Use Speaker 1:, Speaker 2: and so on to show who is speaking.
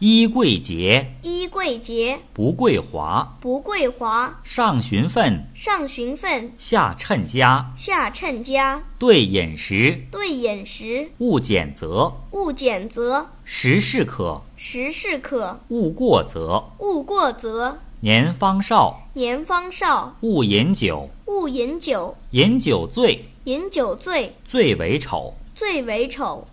Speaker 1: 衣贵节，
Speaker 2: 衣贵节，
Speaker 1: 不贵华。
Speaker 2: 不贵华。
Speaker 1: 上询分，
Speaker 2: 上询分，
Speaker 1: 下称家。
Speaker 2: 下称家。
Speaker 1: 对饮食，
Speaker 2: 对饮食，
Speaker 1: 勿拣择。
Speaker 2: 勿拣择。
Speaker 1: 食适可，
Speaker 2: 食适可，
Speaker 1: 勿过则。
Speaker 2: 勿过则。
Speaker 1: 年方少，
Speaker 2: 年方少，
Speaker 1: 勿饮酒。
Speaker 2: 勿饮酒，
Speaker 1: 饮酒醉，
Speaker 2: 饮酒醉，
Speaker 1: 最为丑。
Speaker 2: 最为丑。